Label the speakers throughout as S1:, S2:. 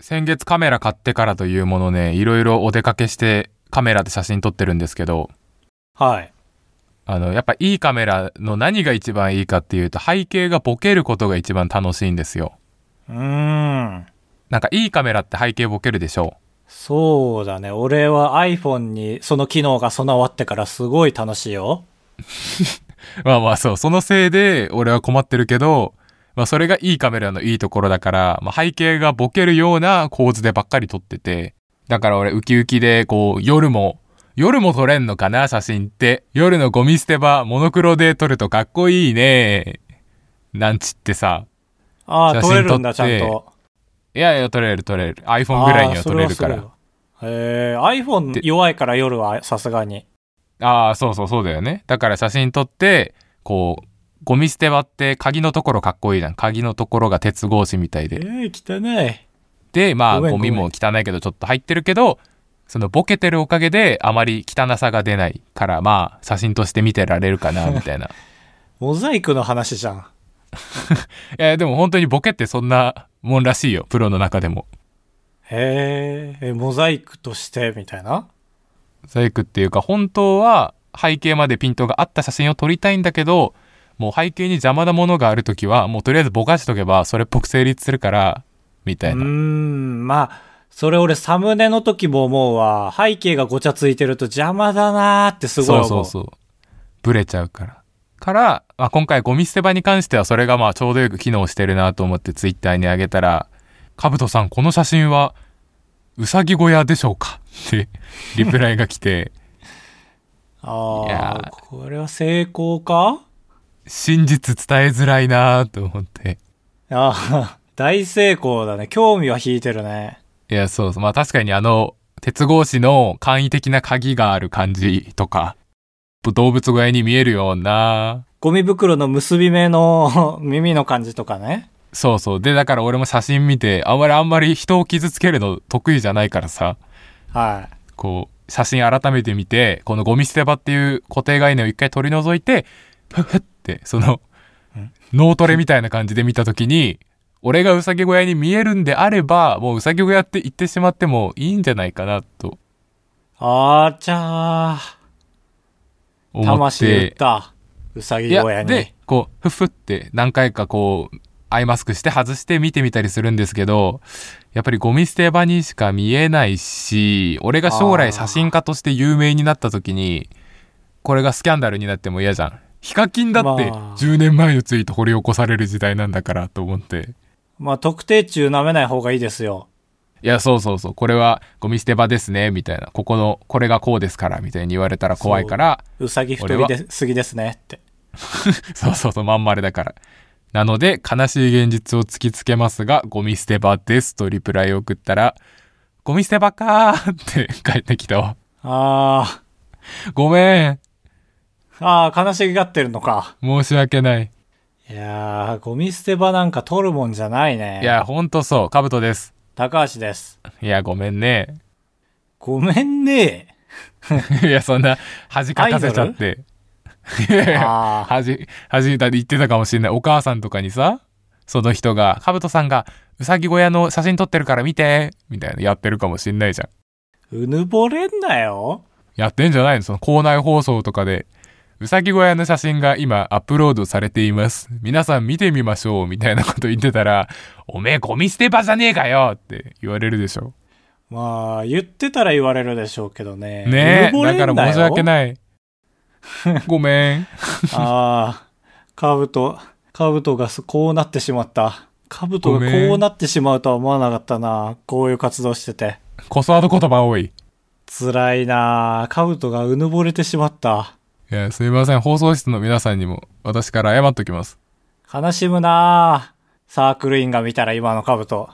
S1: 先月カメラ買ってからというものね、いろいろお出かけしてカメラで写真撮ってるんですけど、
S2: はい。
S1: あの、やっぱいいカメラの何が一番いいかっていうと、背景がボケることが一番楽しいんですよ。
S2: うーん。
S1: なんかいいカメラって背景ボケるでしょ
S2: そうだね。俺は iPhone にその機能が備わってからすごい楽しいよ。
S1: まあまあそう、そのせいで俺は困ってるけど、まあそれがいいカメラのいいところだから、まあ背景がボケるような構図でばっかり撮ってて、だから俺ウキウキでこう夜も、夜も撮れんのかな写真って。夜のゴミ捨て場、モノクロで撮るとかっこいいね。なんちってさ。
S2: ああ、
S1: 写真
S2: 撮れるんだ、ち
S1: 撮っ
S2: ゃ
S1: て
S2: んと。
S1: いやいや撮れる撮れる。iPhone
S2: あ
S1: ぐらいには撮れるから。
S2: ああそれはすごいわへえ、iPhone 弱いから夜はさすがに。
S1: ああ、そうそうそうだよね。だから写真撮って、こう、ゴミ捨て場って鍵のところかっこいいじゃん。鍵のところが鉄格子みたい
S2: ええ
S1: で。
S2: 汚い。
S1: で、まあ、
S2: ごめん
S1: ゴミも汚いけどちょっと入ってるけど、そのボケてるおかげであまり汚さが出ないから、まあ、写真として見てられるか な、みたいな。い
S2: モザイクの話じゃん。
S1: や、でも本当にボケってそんなもんらしいよ。プロの中でも。
S2: へえ、えモザイクとして、みたいな。
S1: 細工っていうか、本当は背景までピントがあった写真を撮りたいんだけど、もう背景に邪魔なものがあるときは、もうとりあえずぼかしとけば、それっぽく成立するから、みた
S2: う
S1: い
S2: ー
S1: な。
S2: ん、まあ、それ俺サムネの時も思うわ。背景がごちゃついてると邪魔だなーってすごい
S1: そ
S2: 思
S1: う
S2: う。
S1: そうそう。ブレちゃうから。から、まあ、今回ゴミ捨て場に関してはそれがまあちょうどよく機能してるなと思ってツイッターにあげたら、カブトさんこの写真は、うさぎ小屋でしょうかって リプライが来て、い
S2: あ
S1: や
S2: あ、これは成功か
S1: 真実伝えづらいなと思って。
S2: ああ、 大成功だね。興味は引いてるね。
S1: いや、そうそう。まあ確かにあの、鉄格子の簡易的な鍵がある感じとか、動物小屋に見えるような
S2: ゴミ袋の結び目の耳の感じとかね。
S1: そうそう。で、だから俺も写真見て、あんまりあんまり人を傷つけるの得意じゃないからさ、
S2: は
S1: こう、写真改めて見て、このゴミ捨て場っていう固定概念を一回取り除いて、ふふって、その、脳トレみたいな感じで見たときに、俺がウサギ小屋に見えるんであれば、もうウサギ小屋って言ってしまってもいいんじゃないかな、と
S2: い。あーちゃ
S1: 思って。
S2: ー。魂打った。うさぎ
S1: いや
S2: 小屋に
S1: で。こうふっふって何回かこうアイマスクして外して見てみたりするんですけどやっぱりゴミ捨て場にしか見えないし俺が将
S2: あー
S1: 来写真家として有名になった時にこれがスキャンダルになっても嫌じゃんヒカキンだって
S2: まあ
S1: 10年前のツイート掘り起こされる時代なんだからと思って
S2: まあ、特定中舐めない方がいいですよ。
S1: いやそうそうそうこれはゴミ捨て場ですねみたいなここのこれがこうですからみたいに言われたら怖いから
S2: うさぎ太りですぎですねって。
S1: そうそうそう、まん丸だから。なので、悲しい現実を突きつけますが、ゴミ捨て場ですとリプライを送ったら、ゴミ捨て場かーって 帰ってきたわ。
S2: あ
S1: ごめん。
S2: ー、あー、悲しがってるのか。
S1: 申し訳ない。
S2: いやー、ゴミ捨て場なんか取るもんじゃないね。
S1: いや、ほんとそう。カブトです。
S2: 高橋です。
S1: いや、ごめんね。
S2: ごめんね。
S1: いや、そんな、恥かかせちゃって。い やいや、
S2: あー、
S1: 恥、恥だって言ってたかもしれない。お母さんとかにさ、その人が、カブトさんが、うさぎ小屋の写真撮ってるから見てみたいな、やってるかもしんないじゃん。
S2: うぬぼれんなよ。
S1: やってんじゃないのその校内放送とかで、うさぎ小屋の写真が今アップロードされています。皆さん見てみましょう、みたいなこと言ってたら、おめえゴミ捨て場じゃねえかよって言われるでしょ。
S2: まあ、言ってたら言われるでしょうけどね。
S1: ね
S2: うぬぼ
S1: え、
S2: れん
S1: だ
S2: な
S1: か
S2: よ
S1: ら申し訳 ない。ごめん。
S2: ああ、カブト、カブトがすこうなってしまった。カブトが
S1: ごめん
S2: こうなってしまうとは思わなかったな。こういう活動してて。
S1: コスワード言葉多い。
S2: 辛いなカブトがうぬぼれてしまった。
S1: いや、すいません。放送室の皆さんにも私から謝っときます。
S2: 悲しむなサークル員が見たら今のカブト。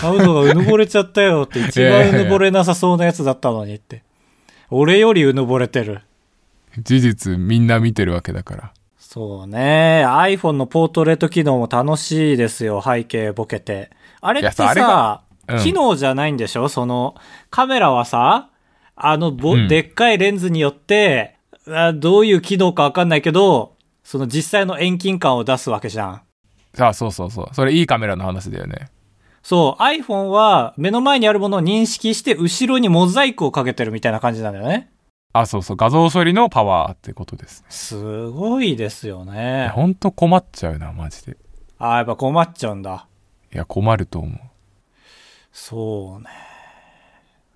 S2: カブトがうぬぼれちゃったよって一
S1: いやい
S2: 番
S1: やいうや
S2: ぬぼれなさそうなやつだったのにって。俺よりうぬぼれてる。
S1: 事実みんな見てるわけだから。
S2: そうね。iPhone のポートレート機能も楽しいですよ。背景ボケて。あれっ
S1: い
S2: て
S1: やそうあれ
S2: さ
S1: が、うん
S2: 機能じゃないんでしょその、カメラはさ、あの、ぼ
S1: うん
S2: でっかいレンズによって、あどういう機能かわかんないけど、その実際の遠近感を出すわけじゃん。
S1: あ、そうそうそう。それいいカメラの話だよね。
S2: そう、iPhone は目の前にあるものを認識して後ろにモザイクをかけてるみたいな感じなんだよね。
S1: あ、そうそう、画像処理のパワーってことですね。
S2: すごいですよね。
S1: ほんと困っちゃうな、マジで。
S2: ああ、やっぱ困っちゃうんだ。
S1: いや、困ると思う。
S2: そうね。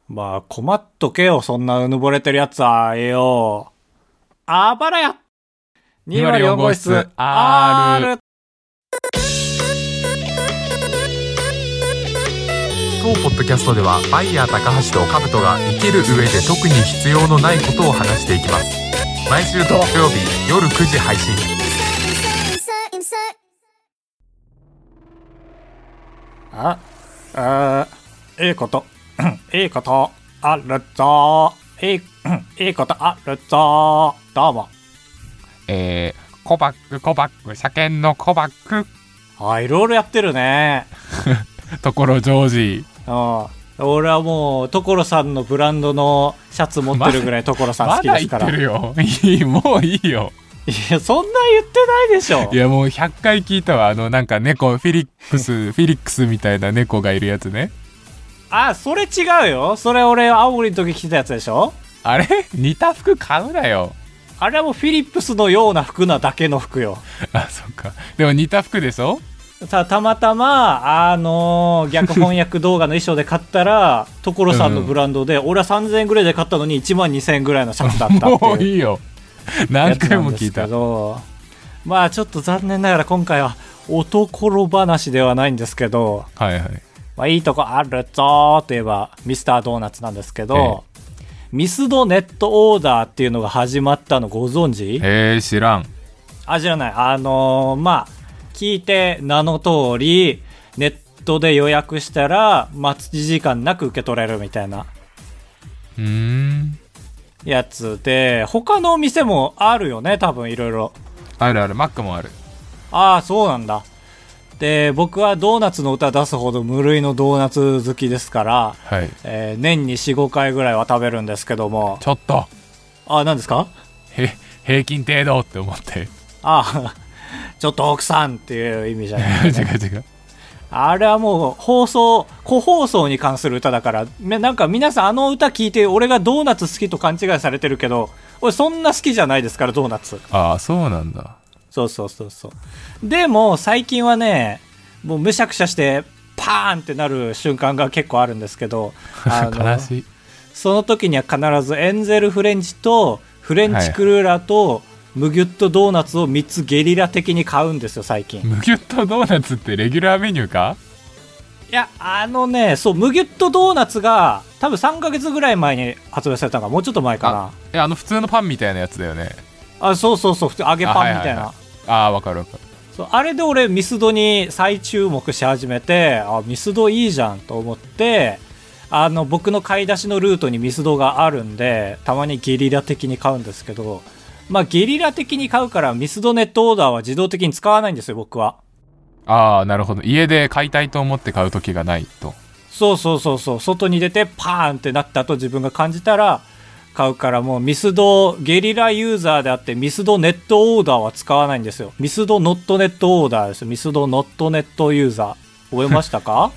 S2: まあ、困っとけよ、そんなうぬぼれてるやつはよ。あばらや !204 号室 R!
S1: 当ポッドキャストではバイヤー高橋と兜が生きる上で特に必要のないことを話していきます毎週土曜日夜9時配信
S3: insert, insert.
S2: あ、あー、いいこと、 うんいいこと、あるぞいい、 うんいいことあるぞどうも。
S1: えー、コバックコバック車検のコバック
S2: あ、いろいろやってるね。
S1: ところジョージ
S2: うん。俺はもう、所さんのブランドのシャツ持ってるぐらい所さん好
S1: ま
S2: きで
S1: だ
S2: す
S1: 言
S2: か
S1: っ
S2: ら。
S1: てるよいいもういい よ
S2: いや、そんな言ってないでしょ
S1: い。やもう100回聞いたわあのなんか猫フィリック スフィリックスみたいな猫がいるやつね
S2: あ、それ違うよ。それ俺、青森の時着てたやつでしょ
S1: あれ似た服買うなよ
S2: あれはもうフィリップスのような服なだけの服よ。
S1: あそっかでも似た服でしょ
S2: たたまたま、あのー逆翻訳動画の衣装で買っ たら、所さんのブランドで、俺は3000円ぐらいで買ったのに1万2000円ぐらいのシャツだった
S1: も
S2: っ
S1: う
S2: ていう
S1: いいよ
S2: や
S1: 何
S2: つ
S1: 回
S2: なん
S1: も
S2: で
S1: 聞い
S2: すけ
S1: た
S2: ど、まあちょっと残念ながら今回は、男話ではないんですけど、
S1: はいはい
S2: まあ、いいとこあるぞーといえばミスタードーナツなんですけど、ミスドネットオーダーっていうのが始まったのご存知
S1: へえ知らん
S2: あ知らないあのーまあ聞いて名の通りネットで予約したら待ち時間なく受け取れるみたいな
S1: うーん
S2: やつで他のお店もあるよね多分いろいろ
S1: あるあるマックもある
S2: ああそうなんだで僕はドーナツの歌出すほど無類のドーナツ好きですから、
S1: はい
S2: えー年に45回ぐらいは食べるんですけども
S1: ちょっと
S2: あ、何ですか
S1: へ平均程度って思って
S2: あ、 ちょっと奥さんっていう意味じゃな い。
S1: 違う違う
S2: あれはもう放送、個放送に関する歌だから、めなんか皆さんあの歌聞いて俺がドーナツ好きと勘違いされてるけど、俺そんな好きじゃないですから、ドーナツ。
S1: ああそうなんだ
S2: そうそうそうそう。でも最近はね、もうむしゃくしゃして、パーンってなる瞬間が結構あるんですけど、あの
S1: 悲しい
S2: その時には必ずエンゼルフレンチとフレンチクルーラーとムギュッとドーナツを3つゲリラ的に買うんですよ最近い
S1: ムギュッとドーナツってレギュラーメニューか
S2: やあのねそうムギュッとドーナツが多分3ヶ月ぐらい前に発売されたのかもうちょっと前か
S1: えあの普通のパンみたいなやつだよね
S2: なあそうそうそう普通揚げパンみた
S1: あはいは
S2: いなあ,、
S1: いはいああわかるわかる
S2: そうあれで俺ミスドに再注目し始めてあミスドいいじゃんと思ってあの僕の買い出しのルートにミスドがあるんでたまにゲリラ的に買うんですけどまあゲリラ的に買うからミスドネットオーダーは自動的に使わないんですよ僕は
S1: ああなるほど家で買いたいと思って買う時がないと
S2: そうそうそうそう外に出てパーンってなった後自分が感じたら買うからもうミスドゲリラユーザーであってミスドネットオーダーは使わないんですよミスドノットネットオーダーですミスドノットネットユーザー覚えましたか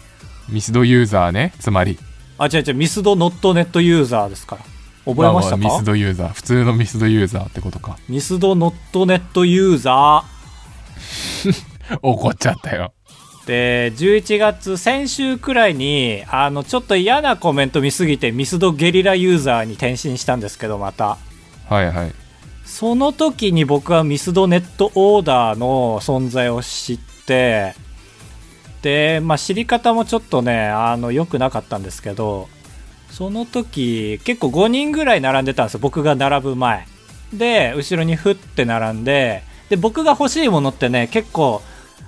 S1: ミスドユーザーねつまり
S2: あ違う違うミスドノットネットユーザーですから覚えましたか、
S1: ああミスドユーザー普通のミスドユーザーってことか
S2: ミスドノットネットユーザ
S1: 怒っちゃったよ
S2: ーで11月先週くらいにあのちょっと嫌なコメント見すぎてミスドゲリラユーザーに転身したんですけどまた
S1: はいはい
S2: その時に僕はミスドネットオーダーの存在を知ってで、まあ、知り方もちょっとねあの良くなかったんですけどその時結構5人ぐらい並んでたんですよ僕が並ぶ前で後ろにふって並んでで僕が欲しいものってね結構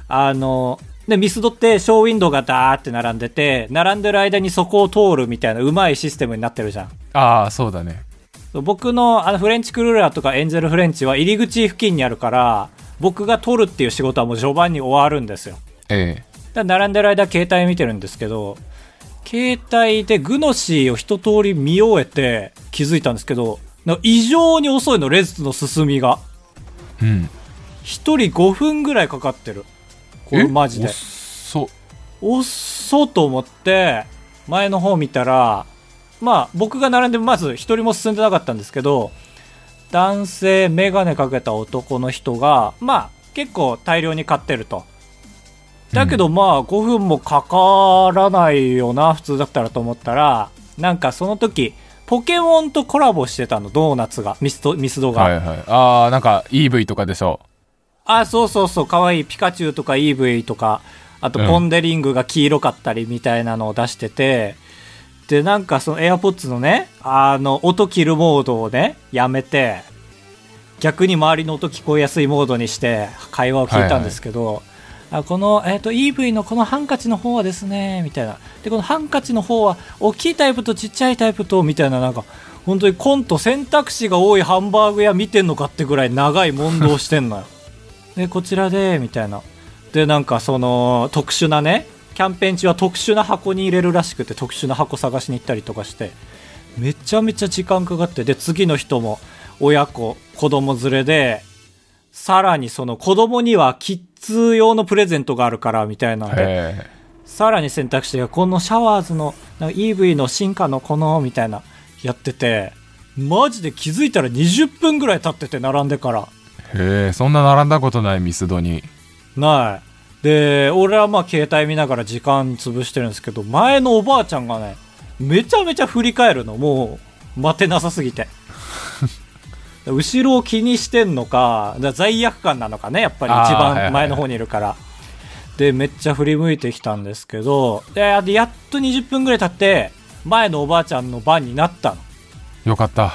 S2: あのでミスドってショーウィンドウがダーって並んでて並んでる間にそこを通るみたいなうまいシステムになってるじゃん
S1: ああそうだね
S2: 僕のあのフレンチクルーラーとかエンゼルフレンチは入り口付近にあるから僕が取るっていう仕事はもう序盤に終わるんですよ
S1: ええ
S2: だから並んでる間携帯見てるんですけど携帯でグノシーを一通り見終えて気づいたんですけどなんか異常に遅いのレズの進みが
S1: うん
S2: 1人5分ぐらいかかってるこれマジで
S1: そ
S2: 押そうと思って前の方見たらまあ僕が並んでまず一人も進んでなかったんですけど男性眼鏡かけた男の人がまあ結構大量に買ってるとだけどまあ5分もかからないよな普通だったらと思ったらなんかその時ポケモンとコラボしてたのドーナツがミスドミスドが、
S1: はいはい。ああ、なんか EV とかでしょ。
S2: あ、そうそうそう、かわいいピカチュウとか EV とか、あと
S1: うん
S2: ポンデリングが黄色かったりみたいなのを出してて、で、なんかその AirPods のね、あの、音切るモードをね、やめて、逆に周りの音聞こえやすいモードにして会話を聞いたんですけど、あこの、えっと EV のこのハンカチの方はですねみたいなでこのハンカチの方は大きいタイプとちっちゃいタイプとみたいななんか本当にコント選択肢が多いハンバーグ屋見てんのかってぐらい長い問答してんのよでこちらでみたいなでなんかその特殊なねキャンペーン中は特殊な箱に入れるらしくて特殊な箱探しに行ったりとかしてめちゃめちゃ時間かかってで次の人も親子子供連れでさらにその子供にはキッズ用のプレゼントがあるからみたいなので
S1: へえ。
S2: さらに選択肢がこのシャワーズのなんか EV の進化のこのみたいなやっててマジで気づいたら20分ぐらい経ってて並んでから
S1: へえ、そんな並んだことないミスドに。
S2: ないで俺はまあ携帯見ながら時間潰してるんですけど前のおばあちゃんがねめちゃめちゃ振り返るのもう待てなさす ぎて後ろを気にしてんのかだから罪悪感なのかねやっぱり
S1: あー
S2: 一
S1: はいはいは
S2: 番
S1: い
S2: 前の方にいるから、でめっちゃ振り向いてきたんですけどででやっと20分ぐらい経って前のおばあちゃんの番になったの
S1: よかった。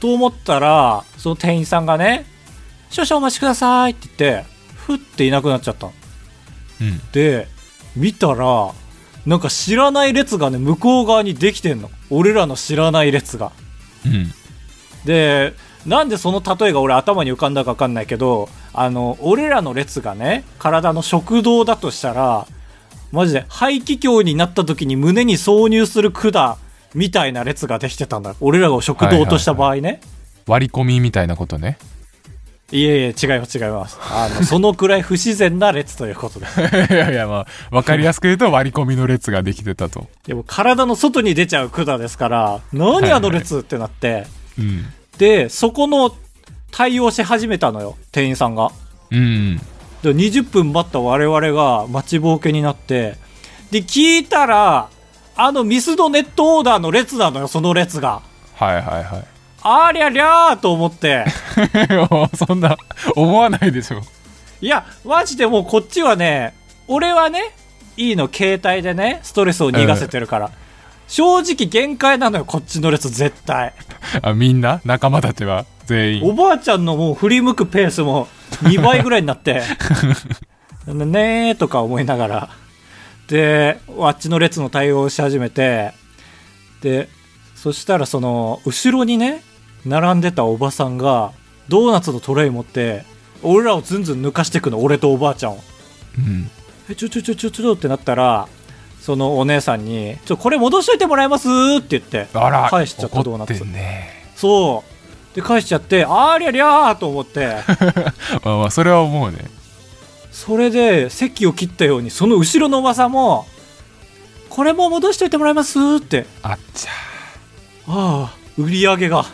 S2: と思ったらその店員さんがね「少々お待ちください」って言ってふっていなくなっちゃったの
S1: うん。
S2: で見たらなんか知らない列がね向こう側にできてんの俺らの知らない列が
S1: うん。
S2: でなんでその例えが俺頭に浮かんだか分かんないけどあの俺らの列がね体の食道だとしたらマジで肺気胸になった時に胸に挿入する管みたいな列ができてたんだ俺らを食道とした場合ね、
S1: 割り込みみたいなことね。
S2: いえいえ、違います、違います。あの、そのくらい不自然な列ということで す。
S1: いやいや、まあ、わかりやすく言うと 割り込みの列ができてたと。
S2: でも、体の外に出ちゃう管ですから、何あの列ってなって、
S1: うん。
S2: で、そこの対応し始めたのよ、店員さんが。
S1: うん。
S2: で、20分待った我々が待ちぼうけになって、で、聞いたら、あのミスドネットオーダーの列なのよ、その列が。
S1: はいはいはい。
S2: ありゃりゃーと思って、
S1: もうそんな思わないでしょ
S2: いや、マジでもうこっちはね、俺はね、いいの、携帯でね、ストレスを逃がせてるから。正直限界なのよ、こっちの列絶対。
S1: あみんな仲間たちは全員
S2: おばあちゃんのもう振り向くペースも2倍ぐらいにな って、ねーとか思いながら。で、あっちの列の対応をし始めて、で、そしたらその、後ろにね、並んでたおばさんが、ドーナツのトレイ持って、俺らをずんずん抜かしていくの、俺とおばあちゃんを。
S1: うん
S2: えちょちょちょちょちょってなったらそのお姉さんに「ちょこれ戻しといてもらえます?」って言って
S1: あら
S2: 返しちゃったドー
S1: 怒
S2: ナ
S1: って
S2: ツ
S1: んね
S2: そうで返しちゃってありゃりゃーと思って
S1: まあまあそれは思うね
S2: それで席を切ったようにその後ろのおばさんも「これも戻しといてもらえます?」って
S1: あっちゃ
S2: ああ売り上げが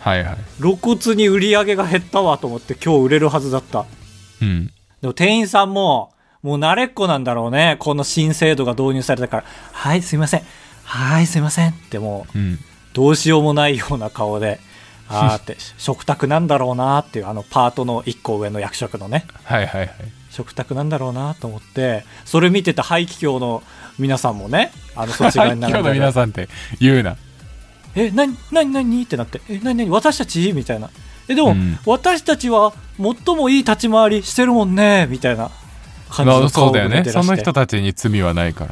S1: はいはい
S2: 露骨に売り上げが減ったわと思って今日売れるはずだった
S1: うん
S2: でも店員さんも、もう慣れっこなんだろうね。この新制度が導入されたから、はい、すいません。はい、すいません。ってもう、
S1: うん
S2: どうしようもないような顔で、あーって、食卓なんだろうなーっていう、あの、パートの一個上の役職のね、
S1: はいはいはい
S2: 食卓なんだろうなーと思って、それ見てた廃棄教の皆さんもね、あの、そっち 側に
S1: 今日
S2: 並んで
S1: の皆さんって言うな
S2: え、なに、なに、なにってなって、え、なに、なに、私たちみたいな。え、で
S1: う
S2: も、
S1: ん
S2: 私たちは最もいい立ち回りしてるもんね、みたいな感じ
S1: ま
S2: の
S1: あそ
S2: 顔
S1: うだよね
S2: で
S1: その人たちに罪はないから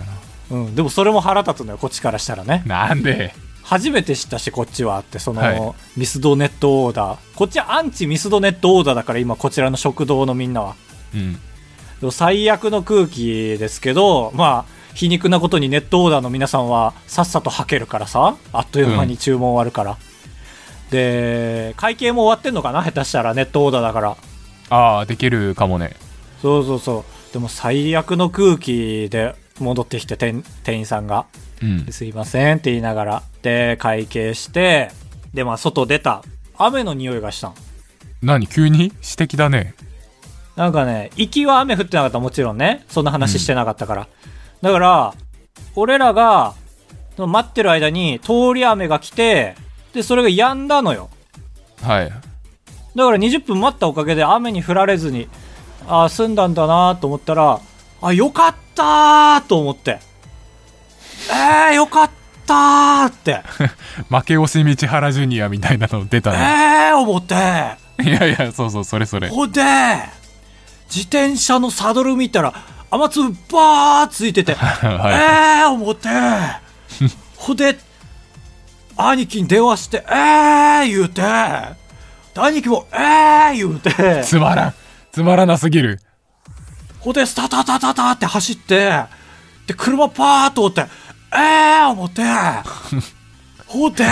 S2: うん、でもそれも腹立つのよ、こっちからしたらね。
S1: ななんで
S2: 初めて知ったし、こっちはって、その、
S1: はい
S2: ミスドネットオーダー。こっちはアンチミスドネットオーダーだから、今、こちらの食堂のみんなは。
S1: うん
S2: でも最悪の空気ですけど、まあ、皮肉なことにネットオーダーの皆さんはさっさとはけるからさ、あっという間に注文終わるから。で、会計も終わってんのかな下手したらネットオーダーだから。
S1: ああできるかもね
S2: そうそうそう。でも最悪の空気で戻ってきて店店員さんが
S1: うん
S2: 「すいません」って言いながらで会計してでまあ外出た雨の匂いがしたん
S1: 何急に指摘だね
S2: なんかね行きは雨降ってなかったもちろんねそんな話してなかったから、だから俺らがその待ってる間に通り雨が来てでそれが止んだのよ
S1: はい
S2: だから20分待ったおかげで雨に降られずにああ済んだんだなと思ったらあよかったーと思ってえー、よかったーって
S1: 負け惜し道原ジュニアみたいなの出たね
S2: えー、思って
S1: いやいやそうそうそれそれ
S2: ほんで自転車のサドル見たら雨粒バーついてて
S1: は
S2: えー、思って。ほで、兄貴に電話して、えー、言うて。で兄貴も、えー、言うて
S1: い。つまらんつまらなすぎる
S2: ほで、スタタタタタって走って、で、車パーっと通って、えー、思 って。ほで、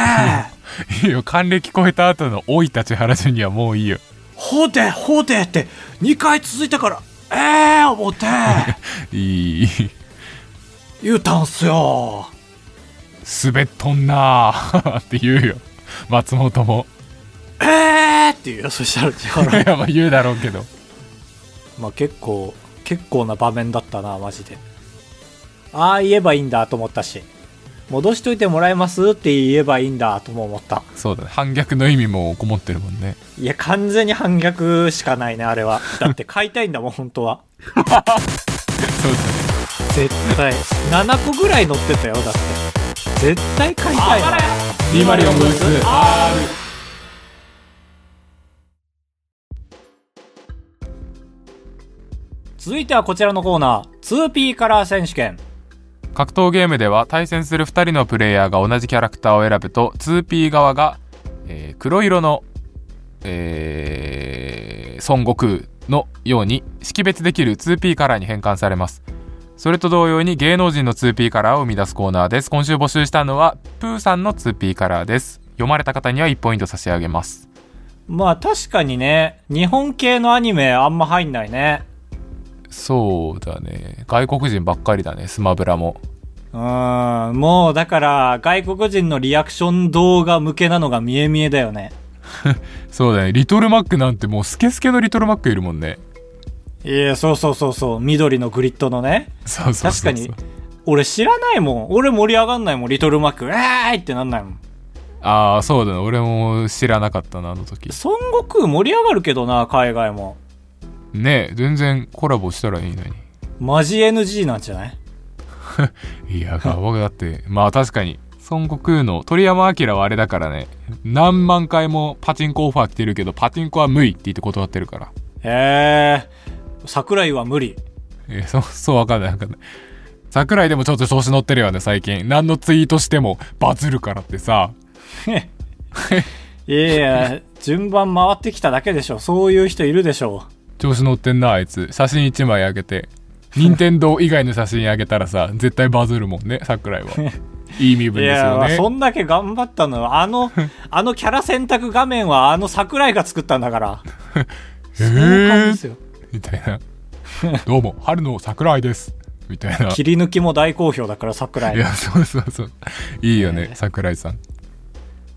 S1: いいよ還暦超えた後の老いたち原ジュニアもういいよ
S2: ほで、ほでって、2回続いたから、えー、思って、
S1: いい
S2: 言うたんすよ。
S1: 滑っとんなあ って言うよ松本も
S2: えーって言うよ、そしたら、千
S1: い
S2: 原。
S1: やまあ言うだろうけど
S2: まあ結構、結構な場面だったな、マジで。ああ言えばいいんだと思ったし、戻しといてもらえますって言えばいいんだとも思った。
S1: そうだね反逆の意味もこもってるもんね
S2: いや、完全に反逆しかないね、あれは。だって買いたいんだもん、本当は。
S1: そうだね
S2: 絶対。7個ぐらい乗ってたよ、だって。絶対買いたいな。
S1: D マリオンブース
S2: 続いてはこちらのコーナー、2P カラー選手権。
S1: 格闘ゲームでは対戦する2人のプレイヤーが同じキャラクターを選ぶと 2P 側が、えー黒色の、えー孫悟空のように識別できる 2P カラーに変換されますそれと同様に芸能人の 2P カラーを生み出すコーナーです今週募集したのはプーさんの 2P カラーです読まれた方には1ポイント差し上げます
S2: まあ確かにね、日本系のアニメあんま入んないね。
S1: そうだね外国人ばっかりだねスマブラも
S2: うーん、もうだから外国人のリアクション動画向けなのが見え見えだよね。
S1: そうだねリトルマックなんてもうスケスケのリトルマックいるもんね
S2: いや、そうそうそうそう、緑のグリッドのね。
S1: そうそうそう
S2: 確
S1: そ
S2: か
S1: う
S2: に、俺知らないもん。俺盛り上がんないもん、リトルマック。えーいってなんないもん。
S1: ああそうだね俺も知らなかったなあの時
S2: 孫悟空盛り上がるけどな、海外も。
S1: ねえ全然コラボしたらいいのに
S2: マジ NG なんじゃない
S1: いや僕だ ってまあ確かに孫悟空の鳥山明はあれだからね何万回もパチンコオファー来てるけどパチンコは無理って言って断ってるから
S2: へえー、桜井は無理。
S1: えそそうわかんないわかんない桜井でもちょっと調子乗ってるよね最近何のツイートしてもバズるからってさ
S2: いやい や、順番回ってきただけでしょ。そういう人いるでしょ
S1: 調子乗ってんなあいつ写真1枚あげて任天堂以外の写真あげたらさ絶対バズるもんね桜 井はいい身分
S2: い
S1: です
S2: や、
S1: よ
S2: まあ
S1: ね
S2: そんだけ頑張ったのはあの、 あのキャラ選択画面はあの桜井が作ったんだから。
S1: え
S2: そういう感じですよ。
S1: みたいなどうも春の桜井ですみたいな
S2: 切り抜きも大好評だから桜
S1: い
S2: 井。
S1: やそうそうそういいよね、
S2: ね
S1: 桜井さん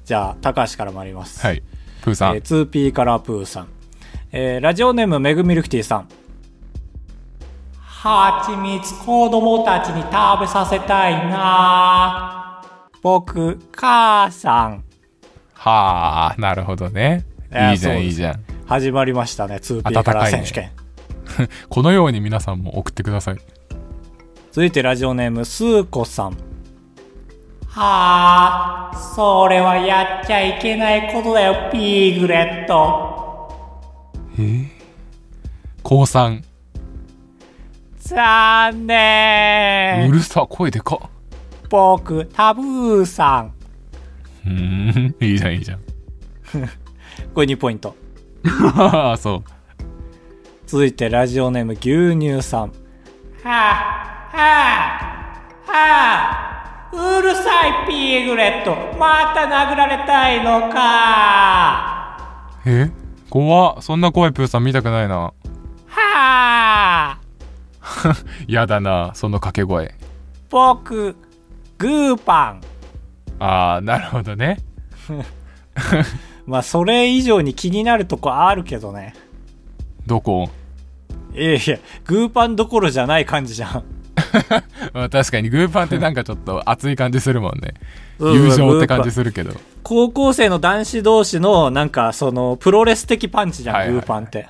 S2: じゃあ、高橋から参ります。
S1: はいプーさん、
S2: えー 2P カラープーさん。えーラジオネームめぐミルクティーさん。はちみつ子供たちに食べさせたいな僕、母さん。
S1: はあなるほどね
S2: いや
S1: いいじゃ
S2: そうんです
S1: いいじゃん
S2: 始まりましたね、2P カラー選手権。
S1: このように皆さんも送ってください
S2: 続いてラジオネームすーこさんはあそれはやっちゃいけないことだよピーグレット
S1: 高三
S2: 残
S1: う
S2: 念
S1: るさ声でかっ
S2: 僕タブーさん
S1: うーんいいじゃんいいじゃん
S2: これ2ポイント
S1: ああ そう
S2: 続いてラジオネーム牛乳さんはあはあはあうるさいピーグレットまた殴られたいのか
S1: え怖っそんな怖いプーさん見たくないな
S2: はあ
S1: やだな、その掛け声。
S2: 僕、グーパン。
S1: ああ、なるほどね。
S2: まあ、それ以上に気になるとこあるけどね。
S1: どこ
S2: いやいや、グーパンどころじゃない感じじゃん。
S1: まあ確かにグーパンってなんかちょっ と熱い感じするもんね。
S2: うん
S1: 友情って感じするけど。
S2: 高校生の男子同士の、なんか、その、プロレス的パンチじゃん、
S1: はいはいはい
S2: グーパンって。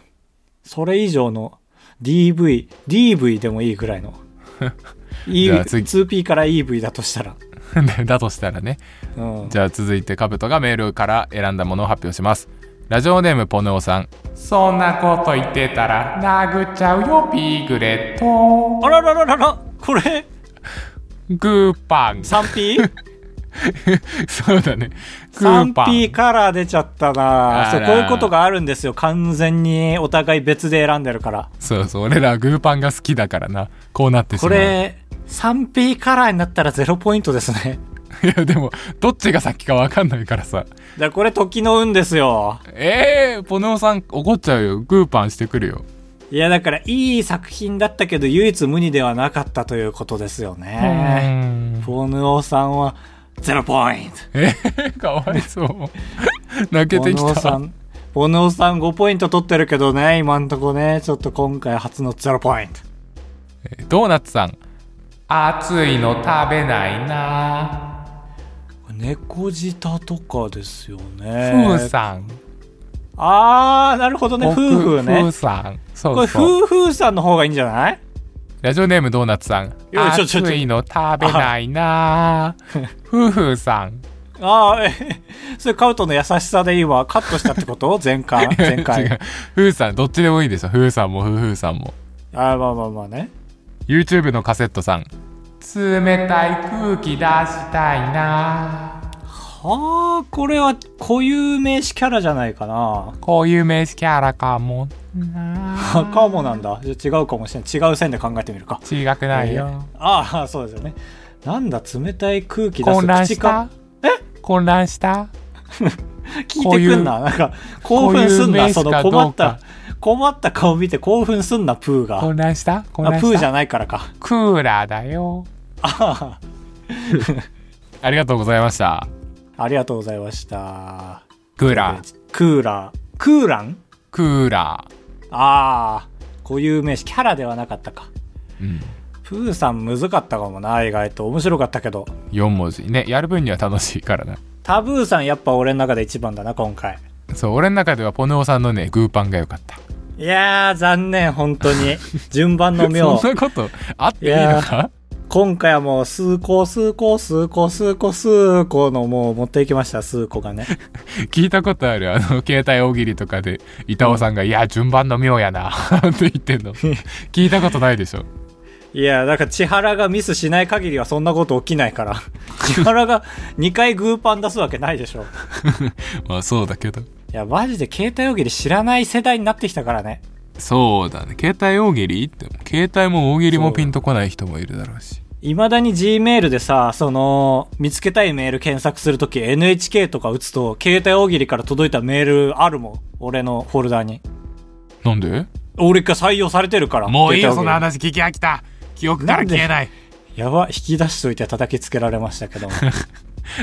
S2: それ以上の DV、DV でもいいぐら いの。e
S1: じゃあ次
S2: 2P から EV だとしたら。
S1: だとしたらね。
S2: うん。
S1: じゃあ続いてカブトがメールから選んだものを発表します。ラジオネームポネオさん。そんなこと言ってたら殴っちゃうよピーグレット。
S2: あららららら、これ、
S1: グーパン。
S2: 3P?
S1: そうだね。グーパン。
S2: 3P カラー出ちゃったな
S1: あら
S2: そうこういうことがあるんですよ完全にお互い別で選んでるから
S1: そうそう、俺らグーパンが好きだからな。こうなってしま
S2: こ
S1: う。
S2: れ 3P カラーになったら0ポイントですね
S1: いやでも、どっちが先かわかんないからさ。
S2: だからこれ時の運ですよ
S1: ええー、ポネオさん怒っちゃうよ。グーパンしてくるよ。
S2: いやだからいい作品だったけど唯一無二ではなかったということですよね
S1: え
S2: フォヌオさんは0ポイント
S1: えー、 かわいそう。 泣け
S2: フ
S1: て
S2: ォヌオ
S1: き
S2: さ
S1: た。
S2: んフォヌオさん5ポイント取ってるけどね今んとこねちょっと今回初の0ポイント
S1: ドーナツさん。暑いの食べないな
S2: 猫舌とかですよ
S1: ふ
S2: ね
S1: ーさん。
S2: あー、なるほどね。夫
S1: 僕
S2: 婦
S1: ふ
S2: ね
S1: ー。さん。
S2: こ
S1: そ
S2: れ、
S1: うそう。
S2: 夫婦さんの方がいいんじゃない
S1: ラジオネームドーナツさん。
S2: やちょちょちょ
S1: 暑いの食べないなふーふーさん。
S2: あー、え、 それカウトの優しさで今、カットしたってこと 前回、前
S1: 違
S2: 回
S1: う。。ふーさん、どっちでもいいでしょ。ふーさんもふーふーさんも。
S2: あー、まあまあまあね。
S1: YouTube のカセットさん。冷たい空気出したいな
S2: はあ、これは固有名詞キャラじゃないかな。
S1: こういう名詞キャラかもな
S2: あかもなんだ。じゃあ違うかもしれない。違う線で考えてみるか。
S1: 違くないよ。
S2: あー、そうですよね。なんだ、冷たい空気出す
S1: 混乱し
S2: 口か
S1: た。混乱した
S2: 聞いてくんな。なんか、興奮すん
S1: こういう
S2: な。
S1: 名詞
S2: そ
S1: か
S2: の困っ
S1: どう
S2: た、困った顔見て興奮すんな、プーが。
S1: 混乱した混
S2: あ、
S1: 乱した
S2: プーじゃないからか。
S1: クーラーだよ。
S2: あ
S1: ありがとうございました。
S2: ありがとうございました。
S1: クーラー。
S2: クーラー。クーラン
S1: クーラ
S2: ああ、固有名詞、キャラではなかったか。
S1: ー。うん。
S2: プーさんむずかったかもな、意外と。面白かったけど。
S1: 4文字。ね、やる分には楽しいからな。
S2: タブーさんやっぱ俺の中で一番だな、今回。
S1: そう、俺の中ではポネオさんのね、グーパンが良かった。
S2: いやー、残念、本当に。順番の 妙
S1: そ。んなことあっていいのか
S2: 今回はもう、数個、数個、数個、数個、数個のもう持っていきました、数個がね。
S1: 聞いたことあるあの携帯大喜利とかで板尾さんが「いや順番の妙やな」 って言ってんの聞いたことないでしょ
S2: いや、だから千原がミスしない限りはそんなこと起きないから。千原が2回グーパン出すわけないでしょ。
S1: まあそうだけど
S2: いや、マジで携帯大喜利知らない世代になってきたからね。
S1: そうだね携帯大喜利って携帯も大喜利もピンとこない人もいるだろうし
S2: 未だに Gmail でさ、その、見つけたいメール検索するとき NHK とか打つと、携帯大喜利から届いたメールあるもん。俺のフォルダに。
S1: なんで
S2: 俺が採用されてるから。
S1: もういいよ
S2: 携
S1: そ
S2: 帯
S1: の
S2: 大喜
S1: 話聞き飽きた記憶から消えない
S2: 利やば、引き出しといて叩きつけられましたけ ども。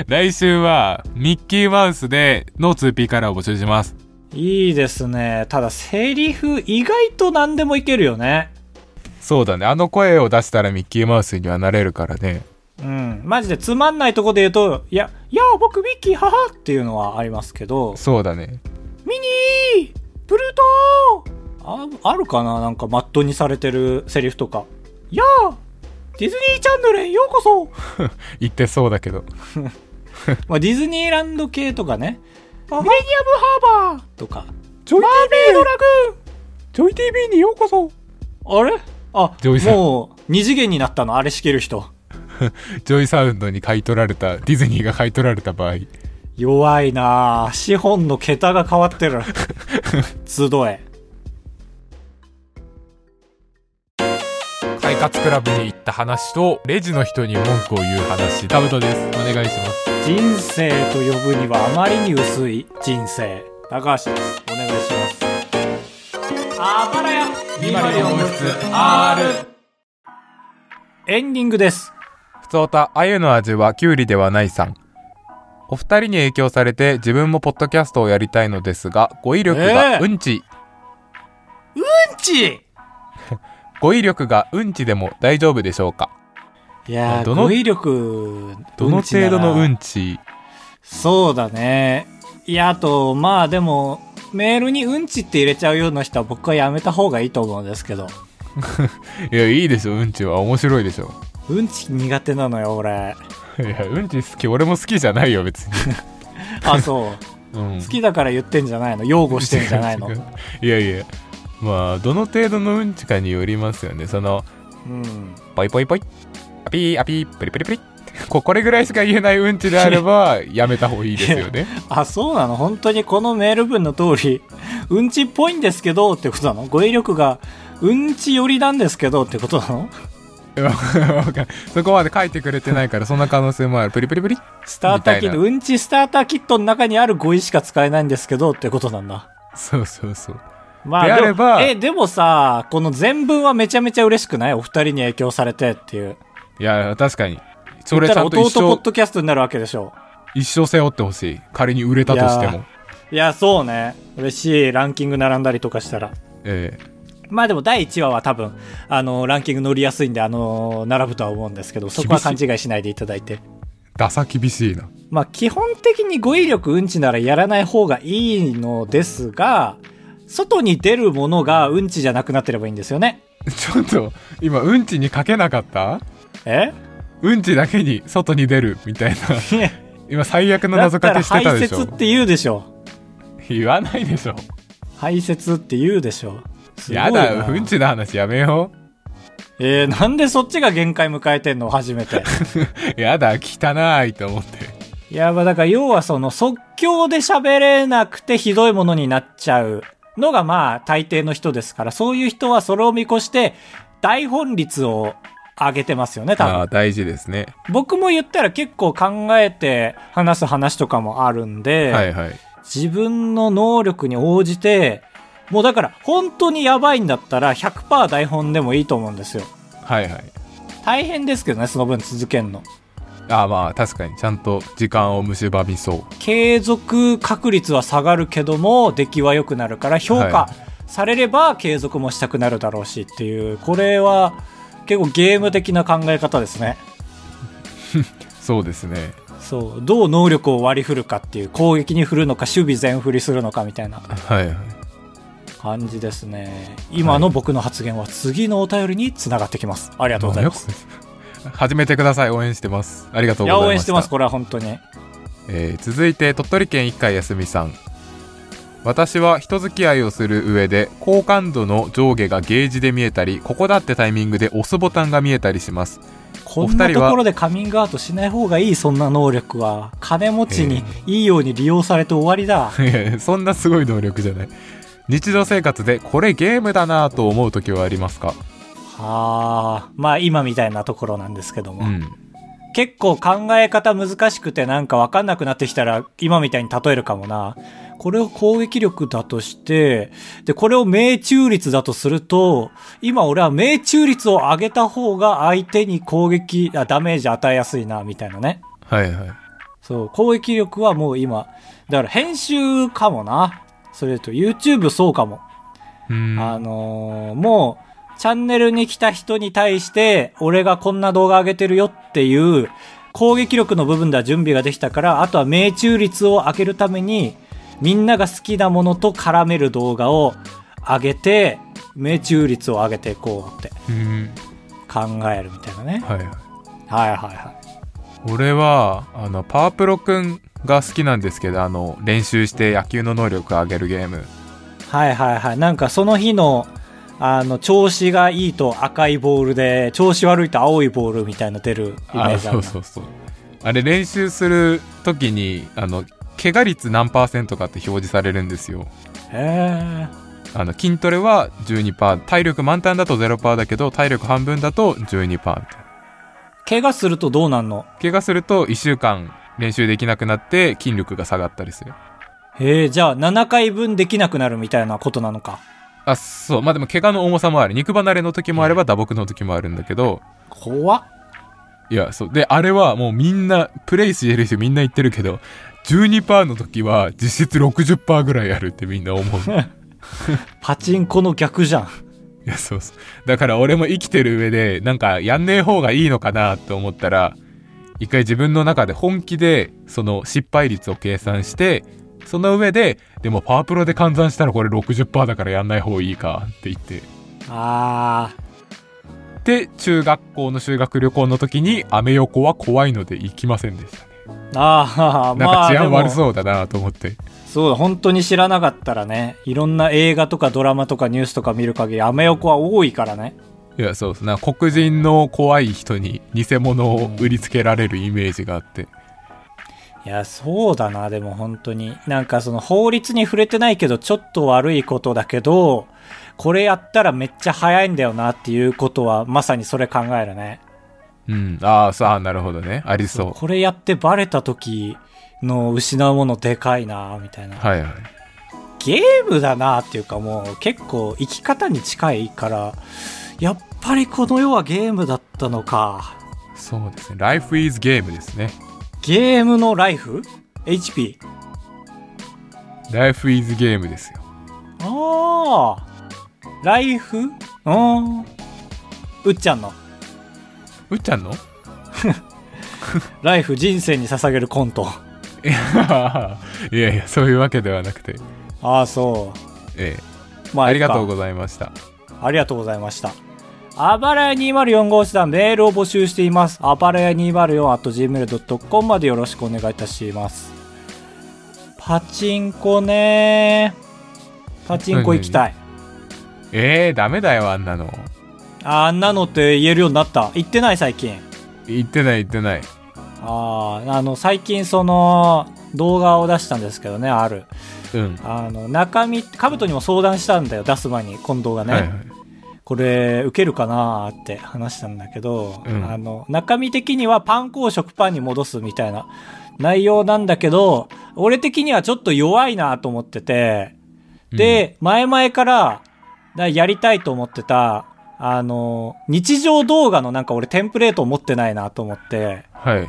S1: 来週はミッキーマウスでの 2P カラーを募集します
S2: いいですね。ただ、セリフ意外と何でもいけるよね。
S1: そうだねあの声を出したらミッキーマウスにはなれるからね
S2: うん。マジでつまんないとこで言うと、いや、いや、僕ミッキー、ははっていうのはありますけど。
S1: そうだね
S2: ミニープルートーああるかななんかマットにされてるセリフとか。やあディズニーチャンネルへようこそ
S1: 言ってそうだけど
S2: まあディズニーランド系とかね。ミレニアムハーバーとか。
S1: ジョイ
S2: マーメイドラグ
S1: ジョイ TV にようこそ
S2: ーンあれあ
S1: ジョイ、さん
S2: もう二次元になったのあれ仕切る人。
S1: ジョイサウンドに買い取られた、ディズニーが買い取られた場合、
S2: 弱いなあ資本の桁が変わって る。集え。
S1: 快活クラブに行った話と、レジの人に文句を言う話、タブトです。お願いします。
S2: 人生と呼ぶにはあまりに薄い人生高橋ですお願いしますあばらや
S1: 204号室 R
S2: エンディングです。
S1: ふつおた、あゆの味はきゅうりではないさん。お二人に影響されて自分もポッドキャストをやりたいのですが、語彙力
S2: ええ
S1: がうんち、
S2: うんち
S1: 語彙力がうんちでも大丈夫でしょうか
S2: いやー、
S1: どの
S2: 語彙力、
S1: どの程度の
S2: うんちなら
S1: うんち
S2: そうだね。いや、あと、まあでも、メールにうんちって入れちゃうような人は僕はやめた方がいいと思うんですけど。
S1: いや、いいでしょ、うんちは。面白いでしょ。
S2: うんち苦手なのよ、俺。
S1: いや、うんち好き。俺も好きじゃないよ、別 に。
S2: あ、 そう。
S1: うん
S2: 好きだから言ってんじゃないの擁護してんじゃ ないの。
S1: 違う違ういやいや。まあ、どの程度のうんちかによりますよね。その、
S2: うん。
S1: ポイポイポイ。アピー、アピー、プリプリプリ。ここれぐらいしか言えないうんちであれ ば、やめた方がいいですよね。
S2: あ、そうなの本当にこのメール文の通り、 うんちっぽいんですけどってことなの語彙力がうんち寄りなんですけどってことなの
S1: わかんないそこまで書いてくれてないから、そんな可能性もある。プリプリプリ。
S2: スターターキッ
S1: みた
S2: ト、
S1: いな
S2: うんちスターターキットの中にある語彙しか使えないんですけどってことなんだ。
S1: そうそうそう。
S2: ま
S1: であれば
S2: でもえ、でもさ、この全文はめちゃめちゃ嬉しくないお二人に影響されてっていう。
S1: いや、確かに。そ
S2: 言
S1: れ
S2: った
S1: ちゃ
S2: ら
S1: んと
S2: 弟
S1: 一
S2: ポッ
S1: 生、
S2: ドキャストになるわけでしょ。
S1: 一生背負ってほしい。仮に売れたとして
S2: い
S1: も
S2: や。いや、そうね。嬉しい。ランキング並んだりとかしたら。
S1: ええ
S2: まあでも第1話は多分、あの、ランキング乗りやすいんで、あの、並ぶとは思うんですけど、そこは
S1: 厳
S2: 勘
S1: し
S2: 違いしないでいただいて。
S1: ダサ厳しいな。
S2: まあ基本的に語彙力うんちならやらない方がいいのですが、外に出るものがうんちじゃなくなってればいいんですよね。
S1: ちょっと、今、うんちに書けなかった
S2: え
S1: うんちだけに外に出るみたいな。今、最悪の
S2: だっ
S1: 謎
S2: た
S1: かけ
S2: ら
S1: して
S2: 排
S1: たでし
S2: 泄
S1: ょ
S2: っ。て言うでしょ。
S1: 言わないでしょ。
S2: 排泄って言うでしょ。すごいな
S1: やだ、うんちの話やめよ
S2: えー、なんでそっちが限界迎えてんの初めて。
S1: う。やだ、汚いと思って。
S2: いや、まあだから要はその即興で喋れなくてひどいものになっちゃうのがまあ大抵の人ですから、そういう人はそれを見越して台本率を上げてますよね、多
S1: ああ、
S2: 分。
S1: 大事ですね。
S2: 僕も言ったら結構考えて話す話とかもあるんで、
S1: はいはい。
S2: 自分の能力に応じて、もうだから本当にやばいんだったら100%台本でもいいと思うんですよ。
S1: はいはい。
S2: 大変ですけどね、その分続けんの。
S1: ああ、まあ、確かに、ちゃんと時間を蝕みそう。
S2: 継続確率は下がるけども出来は良くなるから評価
S1: は
S2: されれば継続もしたくなるだろうしっていうこれは結構ゲーム的な考え方ですね
S1: そうですね。
S2: そうどう能力を割り振るかっていう攻撃に振るのか守備全振りするのかみたいな
S1: はいはい。
S2: 感じですね今の僕の発言は次のお便りにつながってきますありがとうございます
S1: 始めてください。応援してます。ありがとう
S2: い
S1: ございます。
S2: や応援してますこれは本当に
S1: えー続いて鳥取県一回休みさん私は人付き合いをする上で好感度の上下がゲージで見えたりここだってタイミングで押すボタンが見えたりします
S2: こ
S1: お
S2: ん
S1: 二
S2: な
S1: 人
S2: と
S1: は
S2: ころでカミングアウトしない方がいいそんな能力は金持ちにいいように利用されて終わりだ
S1: いやいやそんなすごい能力じゃない日常生活でこれゲームだなぁと思う時はありますか
S2: ああ、まあ今みたいなところなんですけども。
S1: うん
S2: 結構考え方難しくてなんかわかんなくなってきたら今みたいに例えるかもな。これを攻撃力だとして、で、これを命中率だとすると、今俺は命中率を上げた方が相手に攻撃、あダメージ与えやすいな、みたいなね。
S1: はいはい
S2: そう、攻撃力はもう今、だから編集かもな。それと YouTube そうかも。
S1: うん
S2: あのーもう、チャンネルに来た人に対して、俺がこんな動画上げてるよっていう、攻撃力の部分では準備ができたから、あとは命中率を上げるために、みんなが好きなものと絡める動画を上げて、命中率を上げていこうって
S1: うん
S2: 考えるみたいなね。
S1: はいはい
S2: はいはいはい。
S1: 俺はあのパワープロくんが好きなんですけどあの練習して野球の能力を上げるゲーム
S2: はいはいはい。なんかその日の、あの、調子がいいと赤いボールで、調子悪いと青いボールみたいな出るイメー
S1: あ
S2: ジあ
S1: そ
S2: るな
S1: うそうそうあれ練習する時にあの怪我率何パーセントかって表示されるんですよ
S2: へー
S1: あの筋トレは12%体力満タンだと0%だけど体力半分だと12%みたいな
S2: 怪我するとどうなんの
S1: 怪我すると1週間練習できなくなって筋力が下がったりする
S2: へえ、じゃあ7回分できなくなるみたいなことなのか。
S1: ああ、そう。まあでも怪我の重さもある。肉離れの時もあれば打撲の時もあるんだけど、
S2: 怖っ
S1: いや、そう。で、あれはもうみんな、プレイしてる人みんな言ってるけど、12%の時は実質60%ぐらいあるってみんな思う。
S2: パチンコの逆じゃん
S1: いやそうそうだから俺も生きてる上でなんかやんねえ方がいいのかなと思ったら一回自分の中で本気でその失敗率を計算してその上ででもパワープロで換算したらこれ60%だからやんない方がいいかって言って
S2: あ
S1: で中学校の修学旅行の時にアメ横は怖いので行きませんでしたね
S2: ー
S1: な
S2: あー
S1: ん
S2: ま
S1: か
S2: あ
S1: 治
S2: で
S1: 安
S2: も
S1: 悪そうだなと思って、
S2: そうだ本当に知らなかったらねいろんな映画とかドラマとかニュースとか見る限りアメ横は多いからね
S1: いやそうそうなんか黒人の怖い人に偽物を売りつけられるイメージがあって
S2: いやそうだなでも本当になんかその法律に触れてないけどちょっと悪いことだけどこれやったらめっちゃ早いんだよなっていうことはまさにそれ考えるね
S1: うんああさあなるほどねありそう
S2: これやってバレた時の失うものでかいなみたいな、
S1: はいはい
S2: ゲームだなっていうかもう結構生き方に近いからやっぱりこの世はゲームだったのか
S1: そうですね。Life is Game ですね。
S2: ゲームのライフ ?HP?
S1: Life is Game ですよ。
S2: ああライフうんうっちゃんの
S1: うっちゃんの
S2: ライフ人生に捧げるコント
S1: いやいや、そういうわけではなくて。
S2: ああそ
S1: ええ、
S2: うまあ
S1: ありがとう
S2: いい
S1: ございました。
S2: かありがとうございましたあばらや204号室団メールを募集していますあばらや 204.gmail.com までよろしくお願いいたしますパチンコねパチンコ行きたい
S1: ええ、ダメだよ、あんなの。
S2: あんなのって言えるようになった行ってない最近
S1: 言ってない、言ってない。
S2: あああの最近その動画を出したんですけどねある
S1: うん。
S2: あの中身カブトにも相談したんだよ出す前に今動画ね、
S1: はいはい。
S2: これ受けるかなーって話したんだけど、
S1: うん
S2: あの中身的にはパン粉を食パンに戻すみたいな内容なんだけど俺的にはちょっと弱いなと思っててで、前々からだやりたいと思ってたあの日常動画のなんか俺テンプレートを持ってないなと思って
S1: うん、はい。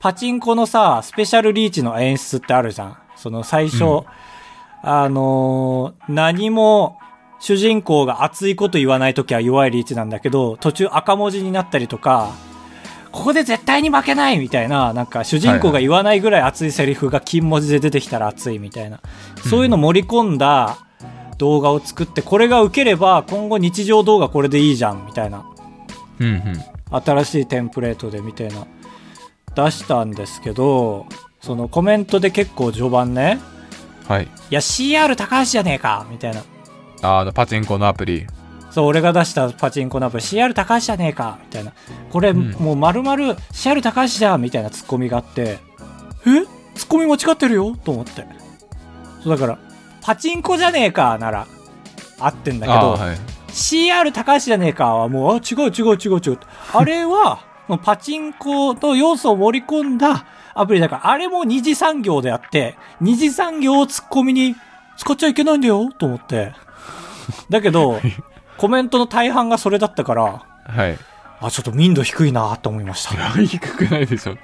S2: パチンコのさ、スペシャルリーチの演出ってあるじゃん。その最初、
S1: うん
S2: あのー何も主人公が熱いこと言わないときは弱いリーチなんだけど、途中赤文字になったりとか、ここで絶対に負けないみたいな、なんか主人公が言わないぐらい熱いセリフが金文字で出てきたら熱いみたいな、そういうの盛り込んだ動画を作って、これが受ければ今後日常動画これでいいじゃんみたいな。
S1: うんうん。
S2: 新しいテンプレートでみたいな出したんですけどそのコメントで結構序盤ね
S1: はい。
S2: 「いや CR 高橋じゃねえか」みたいな
S1: あの、パチンコのアプリ。
S2: そう俺が出したパチンコナップ CR 高橋じゃねえか」みたいな「これ、
S1: ん
S2: もう丸々 CR 高橋じゃん」みたいなツッコミがあって「えツッコミ間違ってるよ?」と思ってそうだから「パチンコじゃねえか」なら合ってんだけど、
S1: あーはい。
S2: CR 高橋じゃねえかはもう、あ、違う違う違う違う。あれは、 もうパチンコの要素を盛り込んだアプリだから、あれも二次産業であって、二次産業を突っ込みに使っちゃいけないんだよ、と思って。だけど、コメントの大半がそれだったから、
S1: はい。
S2: あ、ちょっと民度低いなと思いました。
S1: 低くないでしょ。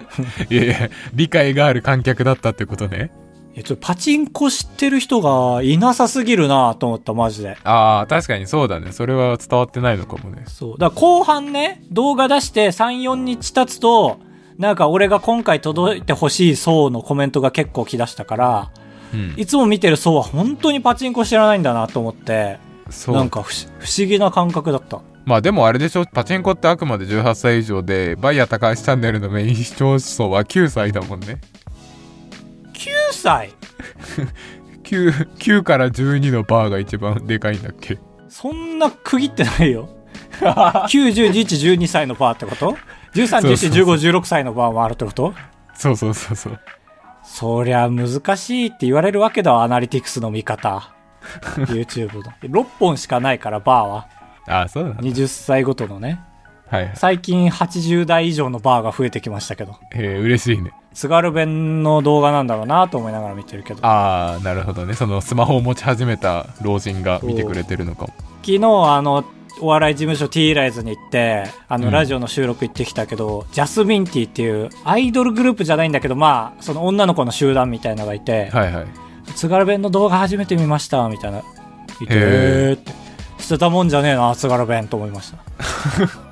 S1: いやいや、理解がある観客だったってことね。
S2: え、ちょっとパチンコ知ってる人がいなさすぎるなと思った、マジで。
S1: ああ、確かにそうだね。それは伝わってないのかもね。
S2: そう。だから後半ね、動画出して3、4日経つと、なんか俺が今回届いてほしい層のコメントが結構来だしたから、
S1: うん。
S2: いつも見てる層は本当にパチンコ知らないんだなと思って、
S1: そう
S2: なんか不思不思議な感覚だった。
S1: まあでもあれでしょパチンコってあくまで18歳以上でバイヤー高橋チャンネルのメイン視聴層は9歳だもんね
S2: 9歳
S1: 9, 9から12のバーが一番でかいんだっけ
S2: そんな区切ってな いよ。90、11、12歳のバーってこと ?13、
S1: そうそう
S2: 14、
S1: そう
S2: 15、16歳のバーもあるってこと
S1: そうそうそうそう
S2: そりゃ難しいって言われるわけだわ、アナリティクスの見 方。YouTube の。6本しかないから、バーは。
S1: ああそうなんだ
S2: 20歳ごとのね
S1: はい、
S2: 最近80代以上のバーが増えてきましたけど
S1: えー、嬉しいね
S2: 津軽弁の動画なんだろうなと思いながら見てるけど
S1: ああなるほどねそのスマホを持ち始めた老人が見てくれてるのかも
S2: 昨日あのお笑い事務所 T ライズに行ってあ
S1: う
S2: の
S1: ん
S2: ラジオの収録行ってきたけど、ジャスミンティっていうアイドルグループじゃないんだけどまあその女の子の集団みたいのがいて
S1: はいはい
S2: 津軽弁の動画初めて見ましたみたいな言って
S1: へー
S2: へーって捨てたもんじゃねえな津軽弁と思いました